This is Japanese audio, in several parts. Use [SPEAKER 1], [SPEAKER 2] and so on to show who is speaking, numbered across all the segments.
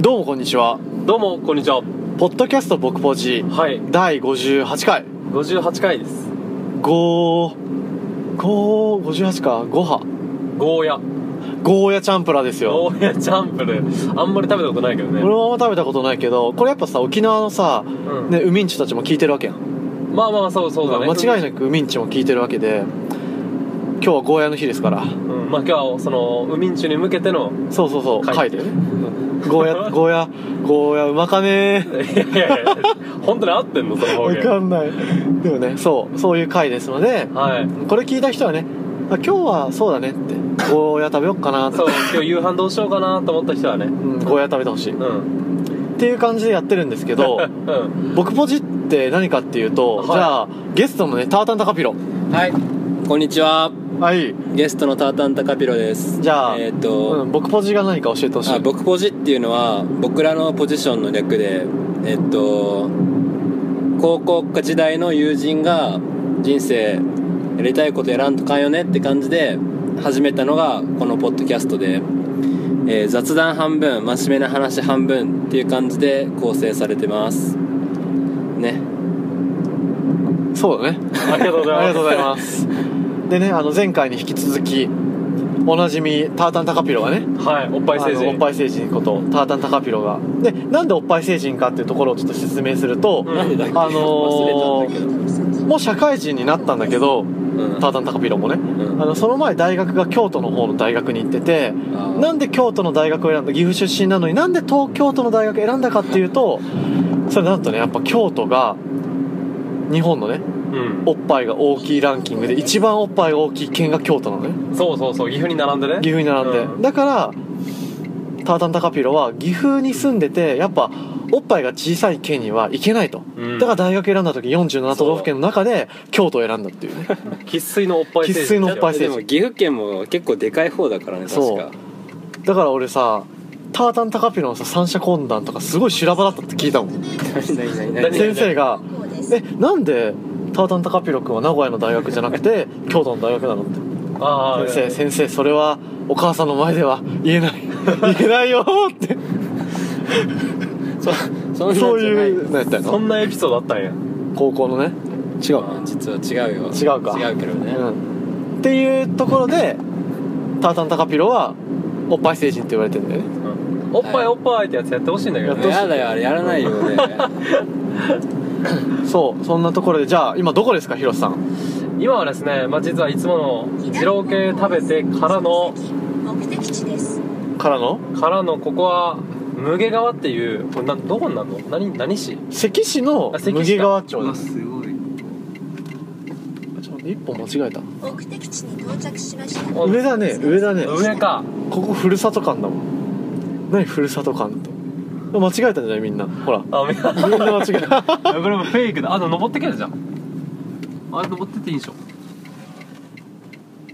[SPEAKER 1] どうもこんにちは
[SPEAKER 2] どうもこんにちは
[SPEAKER 1] ポッドキャスト僕ポジ
[SPEAKER 2] はい
[SPEAKER 1] 第58回
[SPEAKER 2] 58回です
[SPEAKER 1] 5558か5波
[SPEAKER 2] ゴーヤ
[SPEAKER 1] ゴーヤチャンプラーですよ
[SPEAKER 2] ゴーヤチャンプルーあんまり食べたことないけどね
[SPEAKER 1] このまま食べたことないけどこれやっぱさ沖縄のさ、
[SPEAKER 2] うん
[SPEAKER 1] ね、ウミンチュたちも聞いてるわけやん、
[SPEAKER 2] まあまあそうそうだね
[SPEAKER 1] 間違い
[SPEAKER 2] ない、
[SPEAKER 1] なくウミンチュも聞いてるわけで今日はゴーヤの日ですから
[SPEAKER 2] うん、まあ今日はそのウミンチュに向けて の
[SPEAKER 1] そうそうそう書
[SPEAKER 2] 書
[SPEAKER 1] い
[SPEAKER 2] い
[SPEAKER 1] て
[SPEAKER 2] て
[SPEAKER 1] るゴーヤゴーヤゴーヤうまかね
[SPEAKER 2] いやいやいや本当に合ってんのその方
[SPEAKER 1] わ
[SPEAKER 2] 言
[SPEAKER 1] かんないでもねそうそういう回ですので
[SPEAKER 2] はい
[SPEAKER 1] これ聞いた人はねあ今日はそうだねってゴーヤ食べよっかなって
[SPEAKER 2] そう今日夕飯どうしようかなと思った人はね
[SPEAKER 1] うん、ゴーヤ食べてほしいっ
[SPEAKER 2] うん
[SPEAKER 1] ていう感じでやってるんですけど
[SPEAKER 2] うん
[SPEAKER 1] 僕ポジって何かっていうと、
[SPEAKER 2] はい
[SPEAKER 1] じゃあゲストのねタータンタカピロ
[SPEAKER 3] はい、こんにちは。
[SPEAKER 1] はい、
[SPEAKER 3] ゲストのタータンタカピロです。
[SPEAKER 1] じゃあ
[SPEAKER 3] えっ、
[SPEAKER 1] う
[SPEAKER 3] と、
[SPEAKER 1] ん、僕ポジが何か教えてほしい
[SPEAKER 3] あ、僕ポジっていうのは僕らのポジションの略で、えっ、と高校時代の友人が人生やりたいことやらんとかんよねって感じで始めたのがこのポッドキャストで、えー雑談半分、真面目な話半分っていう感じで構成されてます。ね。
[SPEAKER 1] そうだね
[SPEAKER 2] ありがとうござい
[SPEAKER 1] あ
[SPEAKER 2] ます
[SPEAKER 1] りがとうございますでねあの前回に引き続きおなじみタータンタカピロがね
[SPEAKER 2] はいおっぱい成
[SPEAKER 1] あの
[SPEAKER 2] 人
[SPEAKER 1] おっぱい星人ことタータンタカピロがでなんでおっぱい星人かっていうところをちょっと説明すると、
[SPEAKER 2] うんなんでだっ
[SPEAKER 1] あの
[SPEAKER 3] 忘れたんだけど。
[SPEAKER 1] もう社会人になったんだけど
[SPEAKER 3] うん
[SPEAKER 1] タータンタカピロもね
[SPEAKER 3] うん
[SPEAKER 1] あのその前大学が京都の方の大学に行ってて
[SPEAKER 3] あー
[SPEAKER 1] なんで京都の大学を選んだ岐阜出身なのになんで東京都の大学選んだかっていうとそれなんとねやっぱ京都が日本のね
[SPEAKER 2] うん
[SPEAKER 1] おっぱいが大きいランキングで一番おっぱいが大きい県が京都なのね
[SPEAKER 2] そうそうそう岐阜に並んでね
[SPEAKER 1] 岐阜に並んで、
[SPEAKER 2] うん
[SPEAKER 1] だからタータンタカピロは岐阜に住んでてやっぱおっぱいが小さい県には行けないと、
[SPEAKER 2] うん
[SPEAKER 1] だから大学選んだ時47都道府県の中で京都を選んだっていうね
[SPEAKER 2] 生粋のおっぱい成人
[SPEAKER 1] 生粋のおっぱい成
[SPEAKER 3] で
[SPEAKER 1] 人
[SPEAKER 3] も岐阜県も結構でかい方だからね
[SPEAKER 1] そ
[SPEAKER 3] 確
[SPEAKER 1] う
[SPEAKER 3] か
[SPEAKER 1] だから俺さタータンタカピロのさ三者懇談とかすごい修羅場だったって聞いたもん
[SPEAKER 3] 何何何
[SPEAKER 2] 何
[SPEAKER 1] 先生が「えなんでタータンタカピロ君は名古屋の大学じゃなくて京都の大学なの?」って
[SPEAKER 2] ああ
[SPEAKER 1] 先生先生それはお母さんの前では言 えない言えないよーって
[SPEAKER 3] そそんなんじゃない
[SPEAKER 1] そういうなんやったんや
[SPEAKER 2] そ
[SPEAKER 1] ろ
[SPEAKER 2] んなエピソードあったんや
[SPEAKER 1] 高校のね違う
[SPEAKER 3] あ実は違うよ
[SPEAKER 1] 違うか
[SPEAKER 3] 違うけどね、
[SPEAKER 1] うんっていうところでタータンタカピロはおっぱい星人って言われてんだよね
[SPEAKER 2] おっぱいおっぱいってやつやってほしいんだけど
[SPEAKER 1] やってほしい
[SPEAKER 2] ね
[SPEAKER 3] やだよあれやらないよね
[SPEAKER 1] そうそんなところでじゃあ今どこですかヒロさん
[SPEAKER 2] 今はですね、まあ、実はいつもの二郎系食べてからの
[SPEAKER 4] 目的地です
[SPEAKER 1] からの
[SPEAKER 2] からのここは無毛川っていうこれなどこになるの何何市
[SPEAKER 1] 関市の
[SPEAKER 2] あ関市か
[SPEAKER 1] 麦川町です
[SPEAKER 3] すごい
[SPEAKER 1] ちょっと待って一本間違えた
[SPEAKER 4] 目的地に到着しました
[SPEAKER 2] お
[SPEAKER 1] 上だね上だね
[SPEAKER 2] 上か
[SPEAKER 1] ここふるさと館だもん何ふるさと館って間違えたんじゃないみんなほら
[SPEAKER 2] あみ こ
[SPEAKER 1] みんな間違えた
[SPEAKER 2] れもフェイクだあでも登ってけるじゃんあれ登ってっていいでしょ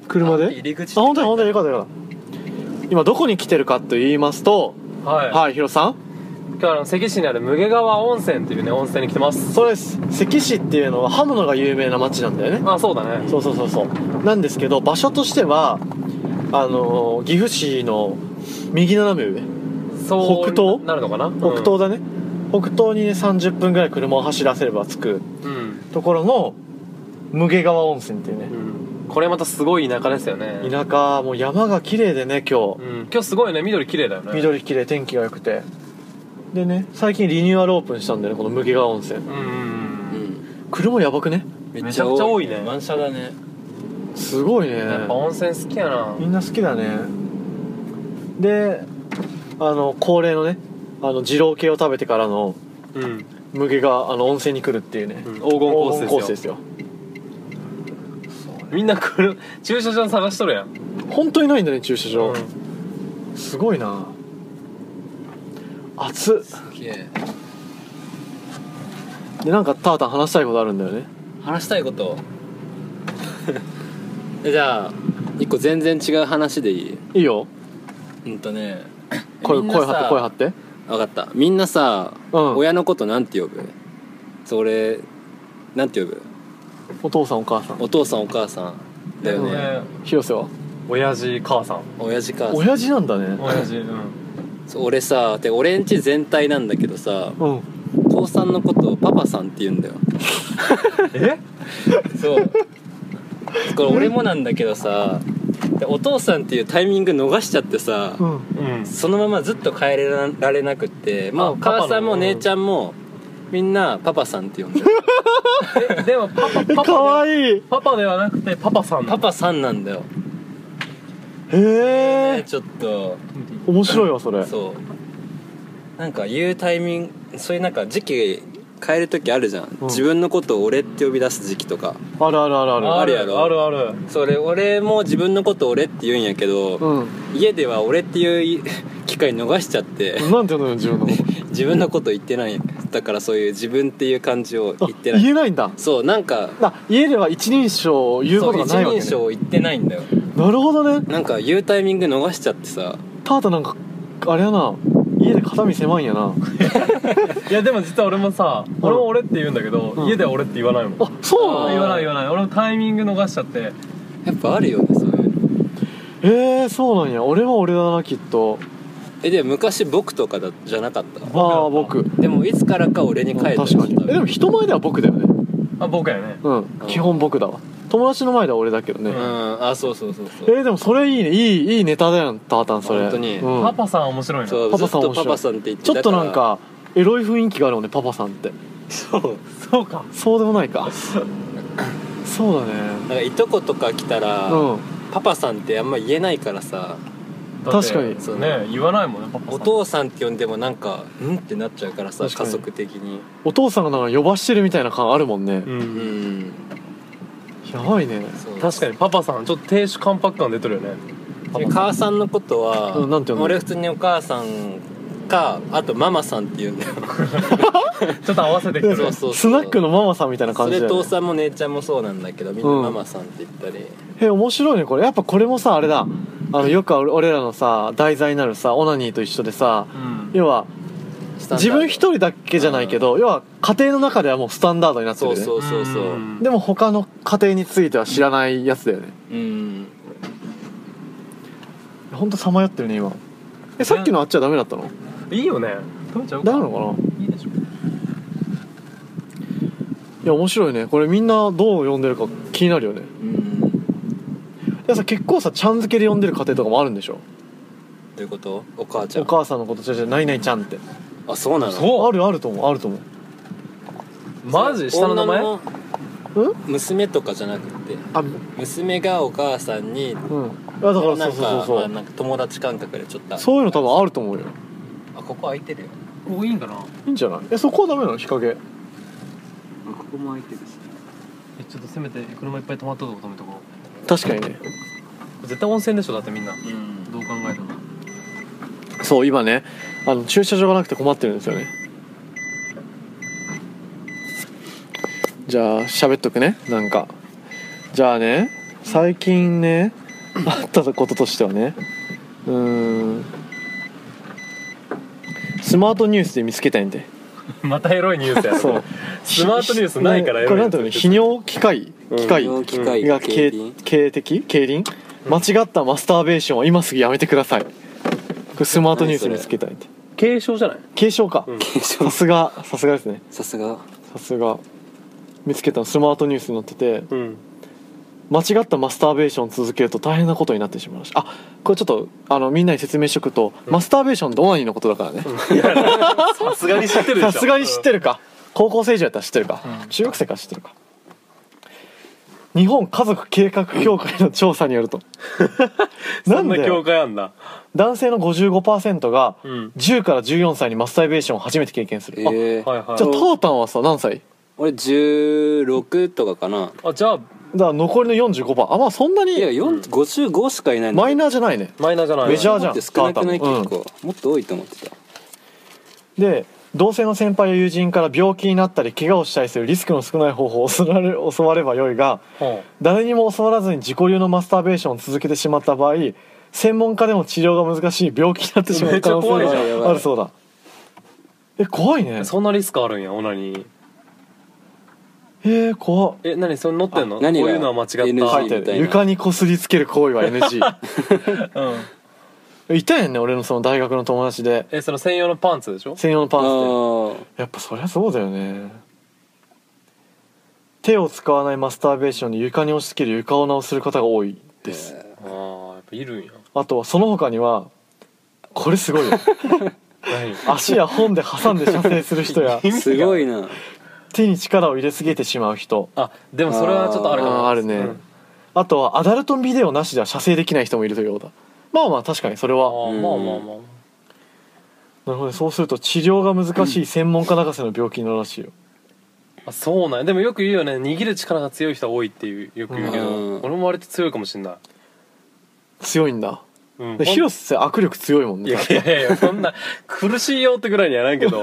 [SPEAKER 1] 車
[SPEAKER 3] 入
[SPEAKER 1] で
[SPEAKER 3] り口
[SPEAKER 1] あ本当に本当によかったよかった今どこに来てるかと言いますと
[SPEAKER 2] はい、
[SPEAKER 1] はいヒロさん
[SPEAKER 2] 今日はあの関市にある無毛川温泉というね温泉に来てます
[SPEAKER 1] そうです関市っていうのは刃物が有名な町なんだよね
[SPEAKER 2] あそうだね
[SPEAKER 1] そうそうそうそうなんですけど場所としてはあのー岐阜市の右斜め上
[SPEAKER 2] そう
[SPEAKER 1] 北東
[SPEAKER 2] なるのかな
[SPEAKER 1] 北東だね、北東にね30分ぐらい車を走らせれば着く
[SPEAKER 2] うん、
[SPEAKER 1] ところの無毛川温泉っていうね
[SPEAKER 2] うんこれまたすごい田舎ですよね
[SPEAKER 1] 田舎もう山が綺麗でね今
[SPEAKER 2] う
[SPEAKER 1] 日、
[SPEAKER 2] ん、今日すごいね緑綺麗だよね
[SPEAKER 1] 緑綺麗天気が良くてでね最近リニューアルオープンしたんだよねこの麦川温泉
[SPEAKER 2] うんうんうん
[SPEAKER 3] うん
[SPEAKER 1] 車やばくね
[SPEAKER 3] め
[SPEAKER 2] めちゃくちゃ多いね
[SPEAKER 3] 満車だね
[SPEAKER 1] すごいね
[SPEAKER 2] やっぱ温泉好きやな
[SPEAKER 1] みんな好きだねであの恒例のねあの二郎系を食べてからの
[SPEAKER 2] うん、うん、
[SPEAKER 1] 麦があの温泉に来るっていうね、
[SPEAKER 2] 黄金コー
[SPEAKER 1] 黄金
[SPEAKER 2] スです
[SPEAKER 1] コ
[SPEAKER 2] よ
[SPEAKER 1] ースですよ
[SPEAKER 2] みんな来る駐車場探しとるやん、
[SPEAKER 1] 本当にないんだね駐車場、
[SPEAKER 2] うん
[SPEAKER 1] すごいな暑っ
[SPEAKER 3] すげえ
[SPEAKER 1] でなんかタータン話したいことあるんだよね
[SPEAKER 3] 話したいことじゃあ一個全然違う話でいい
[SPEAKER 1] いいよ
[SPEAKER 3] うんとね
[SPEAKER 1] 声
[SPEAKER 3] みん
[SPEAKER 1] 声
[SPEAKER 3] なさ
[SPEAKER 1] 張って声張って
[SPEAKER 3] わかったみんなさ、
[SPEAKER 1] うん
[SPEAKER 3] 親のことなんて呼ぶそれなんて呼ぶ
[SPEAKER 1] お父さんお母さん
[SPEAKER 3] お父さんお母さんだよね
[SPEAKER 2] ね
[SPEAKER 1] 広瀬は
[SPEAKER 2] 親父母さん
[SPEAKER 3] 親父母さん
[SPEAKER 1] 親父なんだね
[SPEAKER 2] 親父うん
[SPEAKER 3] そう俺さて俺んち全体なんだけどさ
[SPEAKER 1] うん
[SPEAKER 3] 高3のことをパパさんって言うんだよ
[SPEAKER 1] え
[SPEAKER 3] そうこれ俺もなんだけどさでお父さんっていうタイミング逃しちゃってさ、
[SPEAKER 1] うん
[SPEAKER 2] うん
[SPEAKER 3] そのままずっと帰れらられなくってまあ
[SPEAKER 2] あ
[SPEAKER 3] お母さんも
[SPEAKER 2] パパなの
[SPEAKER 3] 姉ちゃんもみんなパパさんって呼んでる
[SPEAKER 2] えでもパパパパ
[SPEAKER 1] かわ
[SPEAKER 2] い
[SPEAKER 1] いい
[SPEAKER 2] パパではなくてパパさんな
[SPEAKER 3] パ
[SPEAKER 2] の
[SPEAKER 3] パさんなんだよ
[SPEAKER 1] へ
[SPEAKER 3] で
[SPEAKER 1] え
[SPEAKER 3] ちょっと
[SPEAKER 1] 面白いわそれ
[SPEAKER 3] そうなんか言うタイミングそういうなんか時期変える時あるじゃん、
[SPEAKER 1] うん
[SPEAKER 3] 自分のことを俺って呼び出す時期とか
[SPEAKER 1] あるあるあるある
[SPEAKER 3] あるやろ
[SPEAKER 2] あるある
[SPEAKER 3] それ俺も自分のことを俺って言うんやけど、
[SPEAKER 1] うん
[SPEAKER 3] 家では俺っていう 機会逃しちゃって
[SPEAKER 1] なんて言うのよ自分のこと
[SPEAKER 3] 自分のこと言ってないだからそういう自分っていう感じを
[SPEAKER 1] あ
[SPEAKER 3] 言ってない
[SPEAKER 1] 言えないんだ
[SPEAKER 3] そうなんか
[SPEAKER 1] あ家では一人称を言うことがないわけ、
[SPEAKER 3] そう一人
[SPEAKER 1] ね、
[SPEAKER 3] 称を言ってないんだよ
[SPEAKER 1] なるほどね
[SPEAKER 3] なんか言うタイミング逃しちゃってさ
[SPEAKER 1] タータなんかあれやな家で肩身狭いんやない
[SPEAKER 2] やでも実は俺もさ俺も俺って言うんだけど、
[SPEAKER 1] うん
[SPEAKER 2] 家では俺って言わないもん
[SPEAKER 1] あそうなの
[SPEAKER 3] あ
[SPEAKER 2] 言わない言わない俺もタイミング逃しちゃって
[SPEAKER 3] やっぱあるよねそういうの
[SPEAKER 1] えー、そうなんや俺は俺だなきっと
[SPEAKER 3] えでも昔僕とかだじゃなかった
[SPEAKER 1] ああ僕
[SPEAKER 3] でもいつからか俺に帰ったり
[SPEAKER 1] 確かにえでも人前では僕だよね
[SPEAKER 2] あ僕やね
[SPEAKER 1] うん基本僕だわ友達の前では俺だけどね、
[SPEAKER 3] うんあそうそうそうそう
[SPEAKER 1] えー、でもそれいいねいいいいネタだよタータンそれ
[SPEAKER 3] 本当に
[SPEAKER 1] うん
[SPEAKER 2] パパさん面白いな
[SPEAKER 3] そう
[SPEAKER 1] パパさん
[SPEAKER 3] ず
[SPEAKER 1] 面
[SPEAKER 3] っと
[SPEAKER 1] 白い
[SPEAKER 3] パパさんって言って
[SPEAKER 1] ちょっとなん
[SPEAKER 3] だら
[SPEAKER 1] かエロい雰囲気があるもんねパパさんって
[SPEAKER 3] そう
[SPEAKER 2] そうか
[SPEAKER 1] そうでもない かそうだね
[SPEAKER 3] なんかいとことか来たら、
[SPEAKER 1] うん
[SPEAKER 3] パパさんってあんま言えないから
[SPEAKER 2] だっ
[SPEAKER 3] さ
[SPEAKER 2] て
[SPEAKER 1] 確かに
[SPEAKER 3] そう
[SPEAKER 2] ね言わないもんねパパさん
[SPEAKER 3] お父さんって呼んでもなんか「ん?」ってなっちゃうからさ
[SPEAKER 1] 確か
[SPEAKER 3] 家
[SPEAKER 1] に
[SPEAKER 3] 族的に
[SPEAKER 1] お父さんがなんか呼ばしてるみたいな感あるもんね、
[SPEAKER 2] うん
[SPEAKER 3] うん
[SPEAKER 1] やばいね
[SPEAKER 3] そう
[SPEAKER 2] 確かにパパさんちょっと亭主関白感出てるよね
[SPEAKER 3] で母さんのことは、
[SPEAKER 1] うんなんて呼んでる
[SPEAKER 3] 俺普通にお母さんかあとママさんって言うんだよ
[SPEAKER 2] ちょっと合わせてきてる
[SPEAKER 3] そうそう
[SPEAKER 1] スナックのママさんみたいな感
[SPEAKER 3] そ
[SPEAKER 1] じで、
[SPEAKER 3] れ
[SPEAKER 1] ね、
[SPEAKER 3] 父さんも姉ちゃんもそうなんだけどみんなママさんって言ったり、
[SPEAKER 1] え面白いねこれやっぱこれもさあれだあのよく俺俺らのさ題材になるさオナニーと一緒でさ
[SPEAKER 2] うん
[SPEAKER 1] 要は
[SPEAKER 3] スタンダー
[SPEAKER 1] 自
[SPEAKER 3] ド
[SPEAKER 1] 分一人だけじゃないけど、要は家庭の中ではもうスタンダードになってる
[SPEAKER 3] そ
[SPEAKER 1] よ
[SPEAKER 3] う
[SPEAKER 1] ね
[SPEAKER 3] そうそうそう
[SPEAKER 2] うん
[SPEAKER 1] でも他の家庭については知らないやつだよね
[SPEAKER 3] うん
[SPEAKER 1] ほんとさまよってるね今えさっきのあっちはダメだったの
[SPEAKER 2] いいよね食べちゃう
[SPEAKER 1] ダメなのかない
[SPEAKER 2] いでしょ
[SPEAKER 1] いや面白いねこれみんなどう呼んでるか気になるよね
[SPEAKER 3] うんど
[SPEAKER 1] いやさ結構さちゃん付けで呼んでる家庭とかもあるんでしょ
[SPEAKER 3] ういうことお母ちゃ
[SPEAKER 1] お
[SPEAKER 3] ん
[SPEAKER 1] 母さんのことじゃじゃないないちゃんって
[SPEAKER 3] あそうなの
[SPEAKER 1] あるあると思うあると思う
[SPEAKER 2] マジ下の名前
[SPEAKER 3] 女
[SPEAKER 1] うん
[SPEAKER 3] 娘とかじゃなくて
[SPEAKER 1] あ
[SPEAKER 3] 娘がお母さんに
[SPEAKER 1] うんいやだからそ
[SPEAKER 3] な
[SPEAKER 1] うそう
[SPEAKER 3] ん
[SPEAKER 1] そう
[SPEAKER 3] か
[SPEAKER 1] そ
[SPEAKER 3] まあ
[SPEAKER 1] う
[SPEAKER 3] なんか友達感覚でちょっとある
[SPEAKER 1] そういうの多分あると思うよ
[SPEAKER 3] あここ空いてるよ
[SPEAKER 2] 多いんかない
[SPEAKER 1] いんじゃないえそこはダメなの日陰
[SPEAKER 3] ここも空いてるし
[SPEAKER 2] えちょっとせめて車いっぱい止まったとこ止めとこ
[SPEAKER 1] 確かにね
[SPEAKER 2] う絶対温泉でしょだってみんなど
[SPEAKER 3] うん
[SPEAKER 2] う考えても
[SPEAKER 1] そう今ねあの駐車場がなくて困ってるんですよねじゃあ喋っとくねなんかじゃあね最近 ねあったこととしてはねうーんスマートニュースで見つけたいんで
[SPEAKER 2] またエロいニュースや
[SPEAKER 1] そう
[SPEAKER 2] ろスマートニュースないから
[SPEAKER 1] ひ
[SPEAKER 2] エ
[SPEAKER 1] こ
[SPEAKER 2] ロ
[SPEAKER 1] れ
[SPEAKER 2] い
[SPEAKER 1] な
[SPEAKER 2] ニュース
[SPEAKER 1] んていうの泌尿機械
[SPEAKER 2] うん
[SPEAKER 1] 機械
[SPEAKER 3] 泌尿機械
[SPEAKER 1] が
[SPEAKER 3] 競
[SPEAKER 1] 経
[SPEAKER 3] 輪
[SPEAKER 1] 経的競輪間違ったマスターベーションは今すぐやめてくださいこれスマートニュース見つけたいんで
[SPEAKER 2] 軽症じゃない
[SPEAKER 1] 軽症か
[SPEAKER 2] うん
[SPEAKER 1] さすがさすがですね
[SPEAKER 3] さすが
[SPEAKER 1] さすが見つけたのスマートニュースに載ってて
[SPEAKER 2] うん
[SPEAKER 1] 間違ったマスターベーションを続けると大変なことになってしまうらしいあこれちょっとあのみんなに説明しとくと、マスターベーションってオナニーのことだからね
[SPEAKER 2] さすがに知ってるでしょ
[SPEAKER 1] さすがに知ってるか高校生以上やったら知ってるか、
[SPEAKER 2] うん
[SPEAKER 1] 中学生から知ってるか日本家族計画協会の調査によ るとな
[SPEAKER 2] そん
[SPEAKER 1] ん
[SPEAKER 2] な
[SPEAKER 1] で
[SPEAKER 2] 教会あんだ
[SPEAKER 1] 男性の55%が
[SPEAKER 2] うん
[SPEAKER 1] 10から14歳にマスターベーションを初めて経験する、
[SPEAKER 3] え
[SPEAKER 1] あじゃ
[SPEAKER 3] え
[SPEAKER 2] はいは
[SPEAKER 1] あ
[SPEAKER 2] い
[SPEAKER 1] タータンはさ何歳
[SPEAKER 3] 俺16とかかな
[SPEAKER 2] あじゃあ
[SPEAKER 1] だから残りの45%あまあそんない
[SPEAKER 3] や
[SPEAKER 1] に
[SPEAKER 3] 4 55しかいないんだ
[SPEAKER 1] マイナーじゃないね
[SPEAKER 2] マイナーじゃない
[SPEAKER 1] メジャーじゃん
[SPEAKER 3] もっと少なくない
[SPEAKER 1] スカータン
[SPEAKER 3] 結構、もっと多いと思ってた
[SPEAKER 1] で同性の先輩や友人から病気になったり怪我をしたりするリスクの少ない方法を教われ教わればよいが
[SPEAKER 2] ほ
[SPEAKER 1] 誰にも教わらずに自己流のマスターベーションを続けてしまった場合専門家でも治療が難しい病気になってしまう可能性
[SPEAKER 2] めっちゃ怖い
[SPEAKER 3] じゃ
[SPEAKER 1] が
[SPEAKER 3] ん
[SPEAKER 1] あるそうだえ怖いうね
[SPEAKER 2] そんなリスクあるんやオナニー
[SPEAKER 1] えー、怖っ
[SPEAKER 2] え何それ載ってんのこ
[SPEAKER 3] あ
[SPEAKER 2] う
[SPEAKER 3] 何が
[SPEAKER 2] いうのは間違
[SPEAKER 3] NG
[SPEAKER 2] っ
[SPEAKER 1] 書いて
[SPEAKER 3] みたい
[SPEAKER 1] る
[SPEAKER 3] な
[SPEAKER 1] 床にこすりつける行為は NG
[SPEAKER 2] たうん
[SPEAKER 1] いたやんね俺のその大学の友達で
[SPEAKER 2] えその専用のパンツでしょ
[SPEAKER 1] 専用のパンツ
[SPEAKER 3] あ
[SPEAKER 1] でやっぱそりゃそうだよね手を使わないマスターベーションに床に押し付ける床を直する方が多いです、
[SPEAKER 2] ああやっぱいるんや
[SPEAKER 1] あとはその他にはこれすごいよ
[SPEAKER 2] はい
[SPEAKER 1] 足や本で挟んで射精する人 や
[SPEAKER 3] ーすごいな
[SPEAKER 1] 手に力を入れすぎてしまう人
[SPEAKER 2] あでもそれはちょっとあるか
[SPEAKER 1] あ
[SPEAKER 2] も
[SPEAKER 1] ーあるね
[SPEAKER 2] うん
[SPEAKER 1] あとはアダルトビデオなしでは射精できない人もいるというようだまあまあ確かにそれ
[SPEAKER 2] あ
[SPEAKER 1] は
[SPEAKER 2] ーまあま
[SPEAKER 1] な
[SPEAKER 2] あまあ
[SPEAKER 1] るほどねそうすると治療が難しい専門家泣かせの病気になるらしいよ
[SPEAKER 2] あそうなんやでもよく言うよね握る力が強い人は多いっていうよく言うけ
[SPEAKER 3] う
[SPEAKER 2] ど
[SPEAKER 3] ん
[SPEAKER 2] 俺も割と強いかもしんない
[SPEAKER 1] 強いんだ
[SPEAKER 2] うん
[SPEAKER 1] で広瀬握力強いもん
[SPEAKER 2] い
[SPEAKER 1] ね
[SPEAKER 2] やいやいやそんな苦しいよってぐらいにはないけど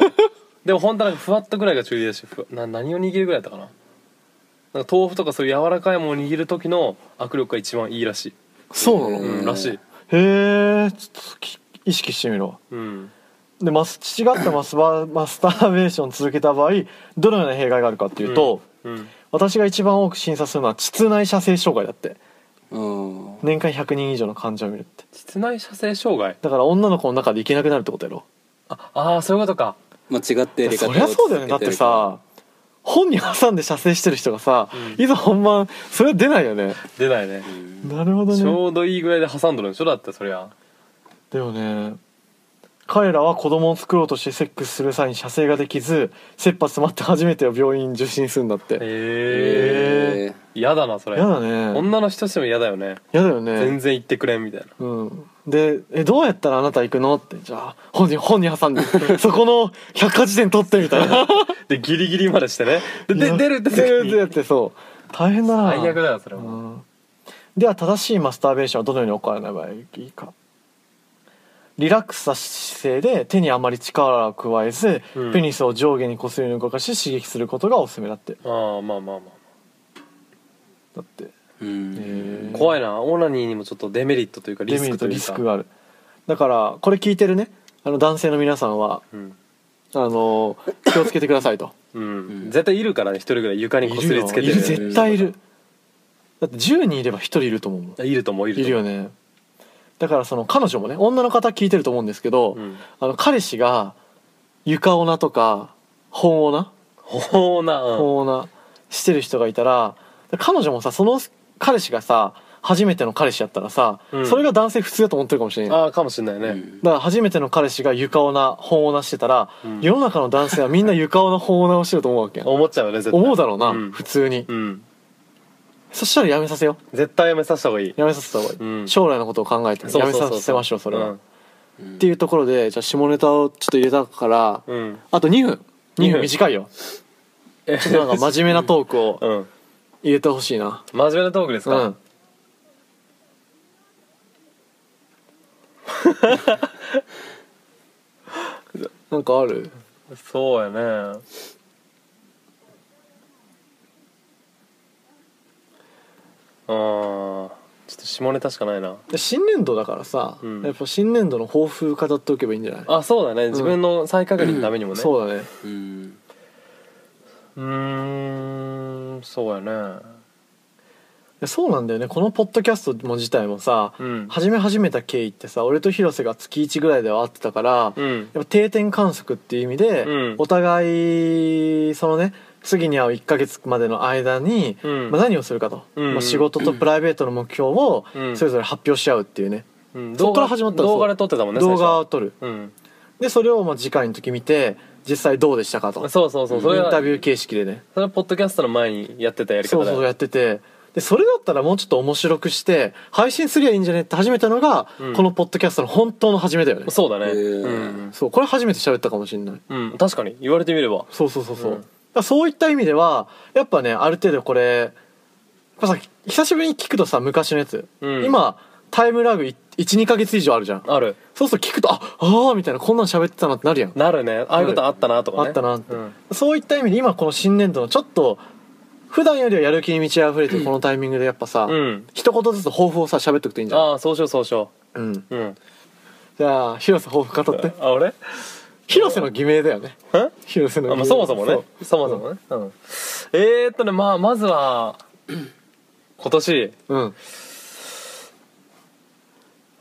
[SPEAKER 2] でも本当なんかふわっとぐらいが中理だしふわな何を握るぐらいだったかななんか豆腐とかそういう柔らかいものを握る時の握力が一番いいらしい、
[SPEAKER 1] そうな
[SPEAKER 3] う
[SPEAKER 1] の
[SPEAKER 2] うんん、らしい
[SPEAKER 1] へえちょっとき意識してみろ
[SPEAKER 2] うん
[SPEAKER 1] でマス違ったマスバマスターベーションを続けた場合どのような弊害があるかっていうと、
[SPEAKER 2] うん
[SPEAKER 1] 私が一番多く診察するのは膣内射精障害だって
[SPEAKER 3] うん
[SPEAKER 1] 年間100人以上の患者を見るって
[SPEAKER 2] 室内射精障害
[SPEAKER 1] だから女の子の中でいけなくなるってことやろ
[SPEAKER 2] ああーそういうことか
[SPEAKER 3] 間違ってやり方
[SPEAKER 1] そりゃそうだよねだってさ本に挟んで射精してる人がさ、
[SPEAKER 2] うん
[SPEAKER 1] いざ本番それは出ないよね
[SPEAKER 2] 出ないね
[SPEAKER 1] なるほど
[SPEAKER 2] ち
[SPEAKER 1] ね
[SPEAKER 2] ょうどいいぐらいで挟んどるんでしょだってそりゃ
[SPEAKER 1] でもね彼らは子供を作ろうとしてセックスする際に射精ができず切羽詰まって初めて病院受診するんだって
[SPEAKER 2] へえ
[SPEAKER 1] へ
[SPEAKER 3] え
[SPEAKER 2] 嫌だなそれ
[SPEAKER 1] やだね
[SPEAKER 2] 女の人としても嫌だよね
[SPEAKER 1] やだよね
[SPEAKER 2] 全然言ってくれんみたいな
[SPEAKER 1] うん、でえ「どうやったらあなた行くの?」って「じゃあ本に本に挟 んでそこの百科事典取って」みたい な
[SPEAKER 2] でギリギリまでしてねでで
[SPEAKER 1] いや
[SPEAKER 2] 出るって
[SPEAKER 1] 出るってやっ
[SPEAKER 2] 時に
[SPEAKER 1] てそう大変だな
[SPEAKER 2] 最悪だよそれは
[SPEAKER 1] うんでは正しいマスターベーションはどのように行わない場合がいいかリラックスした姿勢で手にあまり力を加えず、
[SPEAKER 2] うん
[SPEAKER 1] ペニスを上下にこすり動かし刺激することがおすすめだって
[SPEAKER 2] ああまあまあま
[SPEAKER 1] だって
[SPEAKER 3] うん
[SPEAKER 2] あ怖いなオナニーにもちょっとデメリットというかリ
[SPEAKER 1] デメ
[SPEAKER 2] ス
[SPEAKER 1] リッ
[SPEAKER 2] ク
[SPEAKER 1] ト
[SPEAKER 2] とい
[SPEAKER 1] リ
[SPEAKER 2] う
[SPEAKER 1] ス
[SPEAKER 2] か
[SPEAKER 1] クがあるだからこれ聞いてるねあの男性の皆さんは
[SPEAKER 2] うん、
[SPEAKER 1] あの気をつけてくださいと
[SPEAKER 2] うん
[SPEAKER 3] ん
[SPEAKER 2] 絶対いるからね一人ぐらい床にこすりつけて
[SPEAKER 1] いるよいる
[SPEAKER 2] る
[SPEAKER 1] 絶対いるだって10人いれば1人いると思うもん
[SPEAKER 2] あいると思ういると
[SPEAKER 1] いるよ
[SPEAKER 2] ね、
[SPEAKER 1] ねだからその彼女もね女の方聞いてると思うんですけど、
[SPEAKER 2] うん、
[SPEAKER 1] あの彼氏が床オナとか本オナ
[SPEAKER 2] ほうな、うん、
[SPEAKER 1] 本オナしてる人がいたら彼女もさその彼氏がさ初めての彼氏やったらさ、
[SPEAKER 2] うん
[SPEAKER 1] それが男性普通だと思ってるかもしれない
[SPEAKER 2] ああかもしんないね、
[SPEAKER 1] だから初めての彼氏が床オナ本オナしてたら、
[SPEAKER 2] うん
[SPEAKER 1] 世の中の男性はみんな床オナ本オナをしてると思うわけやん
[SPEAKER 2] 思っちゃうよね絶対
[SPEAKER 1] 思うだろうな、
[SPEAKER 2] うん
[SPEAKER 1] 普通に、
[SPEAKER 2] うん
[SPEAKER 1] そしたらやめさせよ
[SPEAKER 2] 絶対やめさせた方がいいう
[SPEAKER 1] やめさせた方がいい、
[SPEAKER 2] うん
[SPEAKER 1] 将来のことを考えて
[SPEAKER 2] そう
[SPEAKER 1] や
[SPEAKER 2] そう
[SPEAKER 1] め
[SPEAKER 2] そうそう
[SPEAKER 1] させましょうそれは、
[SPEAKER 2] うん
[SPEAKER 1] っていうところでじゃあ下ネタをちょっと入れたから、
[SPEAKER 2] うん
[SPEAKER 1] あと2分2
[SPEAKER 2] 2分
[SPEAKER 1] 分短いよ
[SPEAKER 2] え
[SPEAKER 1] ちょっとなんか真面目なトークを
[SPEAKER 2] うん
[SPEAKER 1] 入れてほしいな
[SPEAKER 2] 真面目なトークです
[SPEAKER 1] う
[SPEAKER 2] か、
[SPEAKER 1] んなんかある
[SPEAKER 2] そうやねあーちょっと下ネタしかないな
[SPEAKER 1] 新年度だからさ、
[SPEAKER 2] うん
[SPEAKER 1] やっぱ新年度の抱負語っておけばいいんじゃない
[SPEAKER 2] あそうだね自分の再確認のためにもね、
[SPEAKER 1] そうだね
[SPEAKER 3] うん
[SPEAKER 2] うーんそうやね
[SPEAKER 1] いやそうなんだよねこのポッドキャストも自体もさ、
[SPEAKER 2] うん
[SPEAKER 1] 始め始めた経緯ってさ俺と広瀬が月1ぐらいでは会ってたから、
[SPEAKER 2] うん
[SPEAKER 1] やっぱ定点観測っていう意味で、
[SPEAKER 2] うん
[SPEAKER 1] お互いそのね次に会う1ヶ月までの間に、
[SPEAKER 2] うん
[SPEAKER 1] まあ、何をするかと、
[SPEAKER 2] うん
[SPEAKER 1] まあ、仕事とプライベートの目標を
[SPEAKER 2] うん
[SPEAKER 1] それぞれ発表し合うっていうね、
[SPEAKER 2] うん
[SPEAKER 1] そっから始まったんですよ
[SPEAKER 2] 動画で撮ってたもんね
[SPEAKER 1] 動画を
[SPEAKER 2] 最
[SPEAKER 1] 撮る
[SPEAKER 2] 初うん
[SPEAKER 1] でそれをまあ次回の時見て実際どうでしたかと
[SPEAKER 2] そうそうそうそれ
[SPEAKER 1] イン
[SPEAKER 2] は
[SPEAKER 1] タビュー形式でね
[SPEAKER 2] それはポッドキャストの前にやってたやり
[SPEAKER 1] そ
[SPEAKER 2] 方
[SPEAKER 1] う
[SPEAKER 2] だ
[SPEAKER 1] そう
[SPEAKER 2] よ
[SPEAKER 1] やっててでそれだったらもうちょっと面白くして配信すりゃいいんじゃねって始めたのが、
[SPEAKER 2] うん
[SPEAKER 1] このポッドキャストの本当の初めだよね
[SPEAKER 2] そうだね
[SPEAKER 3] へー
[SPEAKER 2] うん
[SPEAKER 1] そうこれ初めて喋ったかもしれない
[SPEAKER 2] うん確かに言われてみれば
[SPEAKER 1] そうそうそうそう、
[SPEAKER 2] うん
[SPEAKER 1] だからそういった意味ではやっぱねある程度これやっぱさ久しぶりに聞くとさ昔のやつ、
[SPEAKER 2] うん
[SPEAKER 1] 今タイムラグ12ヶ月以上あるじゃん
[SPEAKER 2] ある
[SPEAKER 1] そうすると聞くとあああみたいなこんなん喋ってたなってなるやん、
[SPEAKER 2] なるねああいうことあったなとか
[SPEAKER 1] あ
[SPEAKER 2] ね
[SPEAKER 1] ったなって、
[SPEAKER 2] うん
[SPEAKER 1] そういった意味で今この新年度のちょっと普段よりはやる気に満ち溢れてるこのタイミングでやっぱさ、
[SPEAKER 2] うん
[SPEAKER 1] 一言ずつ抱負をさ喋っとくといいんじゃない
[SPEAKER 2] ああそうしようそうしよ
[SPEAKER 1] うん、
[SPEAKER 2] ううん
[SPEAKER 1] じゃあ広瀬抱負語って
[SPEAKER 2] あ俺ん
[SPEAKER 1] 広瀬の偽名だよね広瀬の偽
[SPEAKER 2] あ
[SPEAKER 1] 名、
[SPEAKER 2] まあそもそもね
[SPEAKER 1] そう
[SPEAKER 2] そもそもねうんえーっとねまあまずは今年
[SPEAKER 1] うん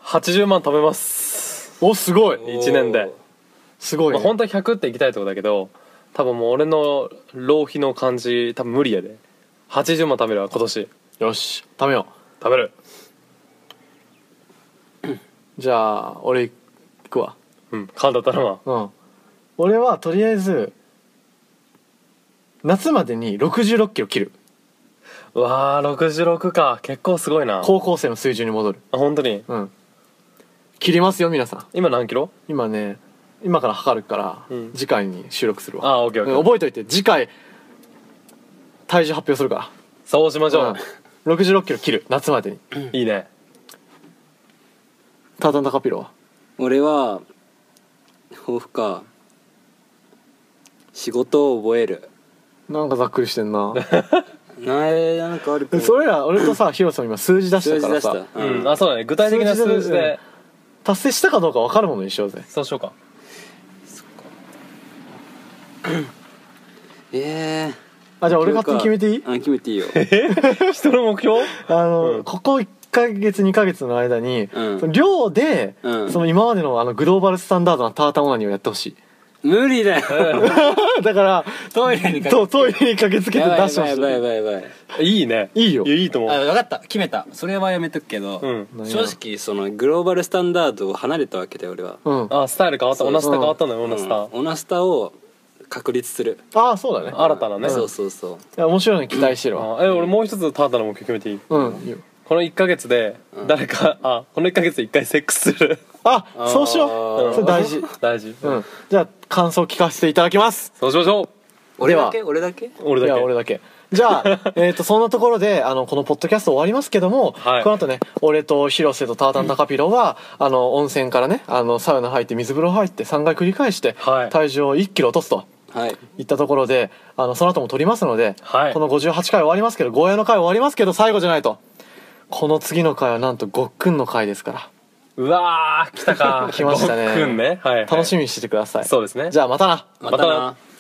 [SPEAKER 2] 80万貯めます
[SPEAKER 1] おすごい
[SPEAKER 2] 1年で、
[SPEAKER 1] すごい、
[SPEAKER 2] ま
[SPEAKER 1] ね
[SPEAKER 2] あ、本当は100っていきたいとこだけど多分もう俺の浪費の感じ多分無理やで80万貯めるわ今年
[SPEAKER 1] よし食べよ
[SPEAKER 2] 貯める
[SPEAKER 1] うじゃあ俺行くわ
[SPEAKER 2] うん勘だったらま
[SPEAKER 1] うん俺はとりあえず夏までに6 6キロ切る
[SPEAKER 2] あわあ66か結構すごいな
[SPEAKER 1] 高校生の水準に戻る
[SPEAKER 2] あ本当に
[SPEAKER 1] うん切りますよ皆さん
[SPEAKER 2] 今何キロ
[SPEAKER 1] 今ね今から測るから、
[SPEAKER 2] うん
[SPEAKER 1] 次回に収録するわ
[SPEAKER 2] ああオッケーオッケー、
[SPEAKER 1] うん覚えといて次回体重発表するか
[SPEAKER 2] そうしましょ
[SPEAKER 1] ら
[SPEAKER 2] う、、
[SPEAKER 1] うん、6 6キロ切る夏までに
[SPEAKER 2] いいね
[SPEAKER 1] タータンタカピロは
[SPEAKER 3] 俺は抱負か仕事を覚える
[SPEAKER 1] なんかざっくりしてん な
[SPEAKER 3] なえなんかある
[SPEAKER 1] えそれら俺とさヒロさん今数字出し
[SPEAKER 3] 数
[SPEAKER 1] たか
[SPEAKER 3] 字
[SPEAKER 1] ら
[SPEAKER 3] 出し
[SPEAKER 1] さ
[SPEAKER 3] た、
[SPEAKER 2] うん、
[SPEAKER 3] うん
[SPEAKER 2] あそうだね具体的な数字で
[SPEAKER 1] 数字で達成したかどうか分かるものにしようぜ
[SPEAKER 2] そうしようか
[SPEAKER 3] えー
[SPEAKER 1] あじゃあ俺勝手に決めていい
[SPEAKER 3] うん決めていいよ
[SPEAKER 2] 人の目標
[SPEAKER 1] あの、
[SPEAKER 2] うん
[SPEAKER 1] ここ1ヶ月2ヶ月の間に、
[SPEAKER 3] うん
[SPEAKER 1] その量で、
[SPEAKER 3] うん
[SPEAKER 1] その今までのあのグローバルスタンダードなタータンオナニーをやってほしい
[SPEAKER 3] 無理 だよ
[SPEAKER 1] だから
[SPEAKER 5] トイレにかけ
[SPEAKER 1] そうトイレに駆けつけて
[SPEAKER 3] や
[SPEAKER 1] 出
[SPEAKER 3] ばい
[SPEAKER 1] してほし
[SPEAKER 3] や
[SPEAKER 1] い
[SPEAKER 3] ばいやばいやばい
[SPEAKER 2] いいね
[SPEAKER 1] いいよ
[SPEAKER 2] いやいいと
[SPEAKER 5] あ
[SPEAKER 2] 思う
[SPEAKER 5] 分かった決めたそれはやめとくけど、
[SPEAKER 2] うん
[SPEAKER 1] 何や
[SPEAKER 3] 正直そのグローバルスタンダードを離れたわけで俺は
[SPEAKER 1] うんあ
[SPEAKER 2] あスタイル変わったオナスタ変わったのよオナスタ、
[SPEAKER 3] うんオナスタを確立する
[SPEAKER 1] あそうだね
[SPEAKER 2] 新たなね
[SPEAKER 3] そうそうそ
[SPEAKER 1] いや面白いの期待してるわ
[SPEAKER 2] あえ俺もう一つタータンの目標決めていい
[SPEAKER 1] うん、いいよ
[SPEAKER 2] この1ヶ月で誰か、あこの1ヶ月で1回セックスする
[SPEAKER 1] あそうし
[SPEAKER 3] あ
[SPEAKER 1] ようそれ大事
[SPEAKER 2] 大事、
[SPEAKER 1] うんじゃあ感想聞かせていただきます
[SPEAKER 2] そうしましょう
[SPEAKER 3] う俺だ
[SPEAKER 1] で
[SPEAKER 3] け俺だけ
[SPEAKER 2] 俺
[SPEAKER 1] い
[SPEAKER 2] だ
[SPEAKER 1] や
[SPEAKER 2] け
[SPEAKER 1] 俺だけじ ゃあ、えー、とそんなところであのこのポッドキャスト終わりますけども、
[SPEAKER 2] はい
[SPEAKER 1] この後ね俺と広瀬とタータンタカピロは、あの温泉からねあのサウナ入って水風呂入って3回繰り返して、
[SPEAKER 2] はい
[SPEAKER 1] 体重を1キロ落とすと
[SPEAKER 3] はい
[SPEAKER 1] いったところであのその後も撮りますので、
[SPEAKER 2] はい
[SPEAKER 1] この58回終わりますけどゴーヤの回終わりますけど最後じゃないとこの次の回はなんとごっくんの回ですから
[SPEAKER 2] うわー来たか
[SPEAKER 1] 来ましたね
[SPEAKER 2] ごっくんね、はいはい、
[SPEAKER 1] 楽し
[SPEAKER 2] み
[SPEAKER 1] みにしててください、
[SPEAKER 2] そうですね
[SPEAKER 1] じゃあまたな
[SPEAKER 3] また
[SPEAKER 2] またな
[SPEAKER 3] な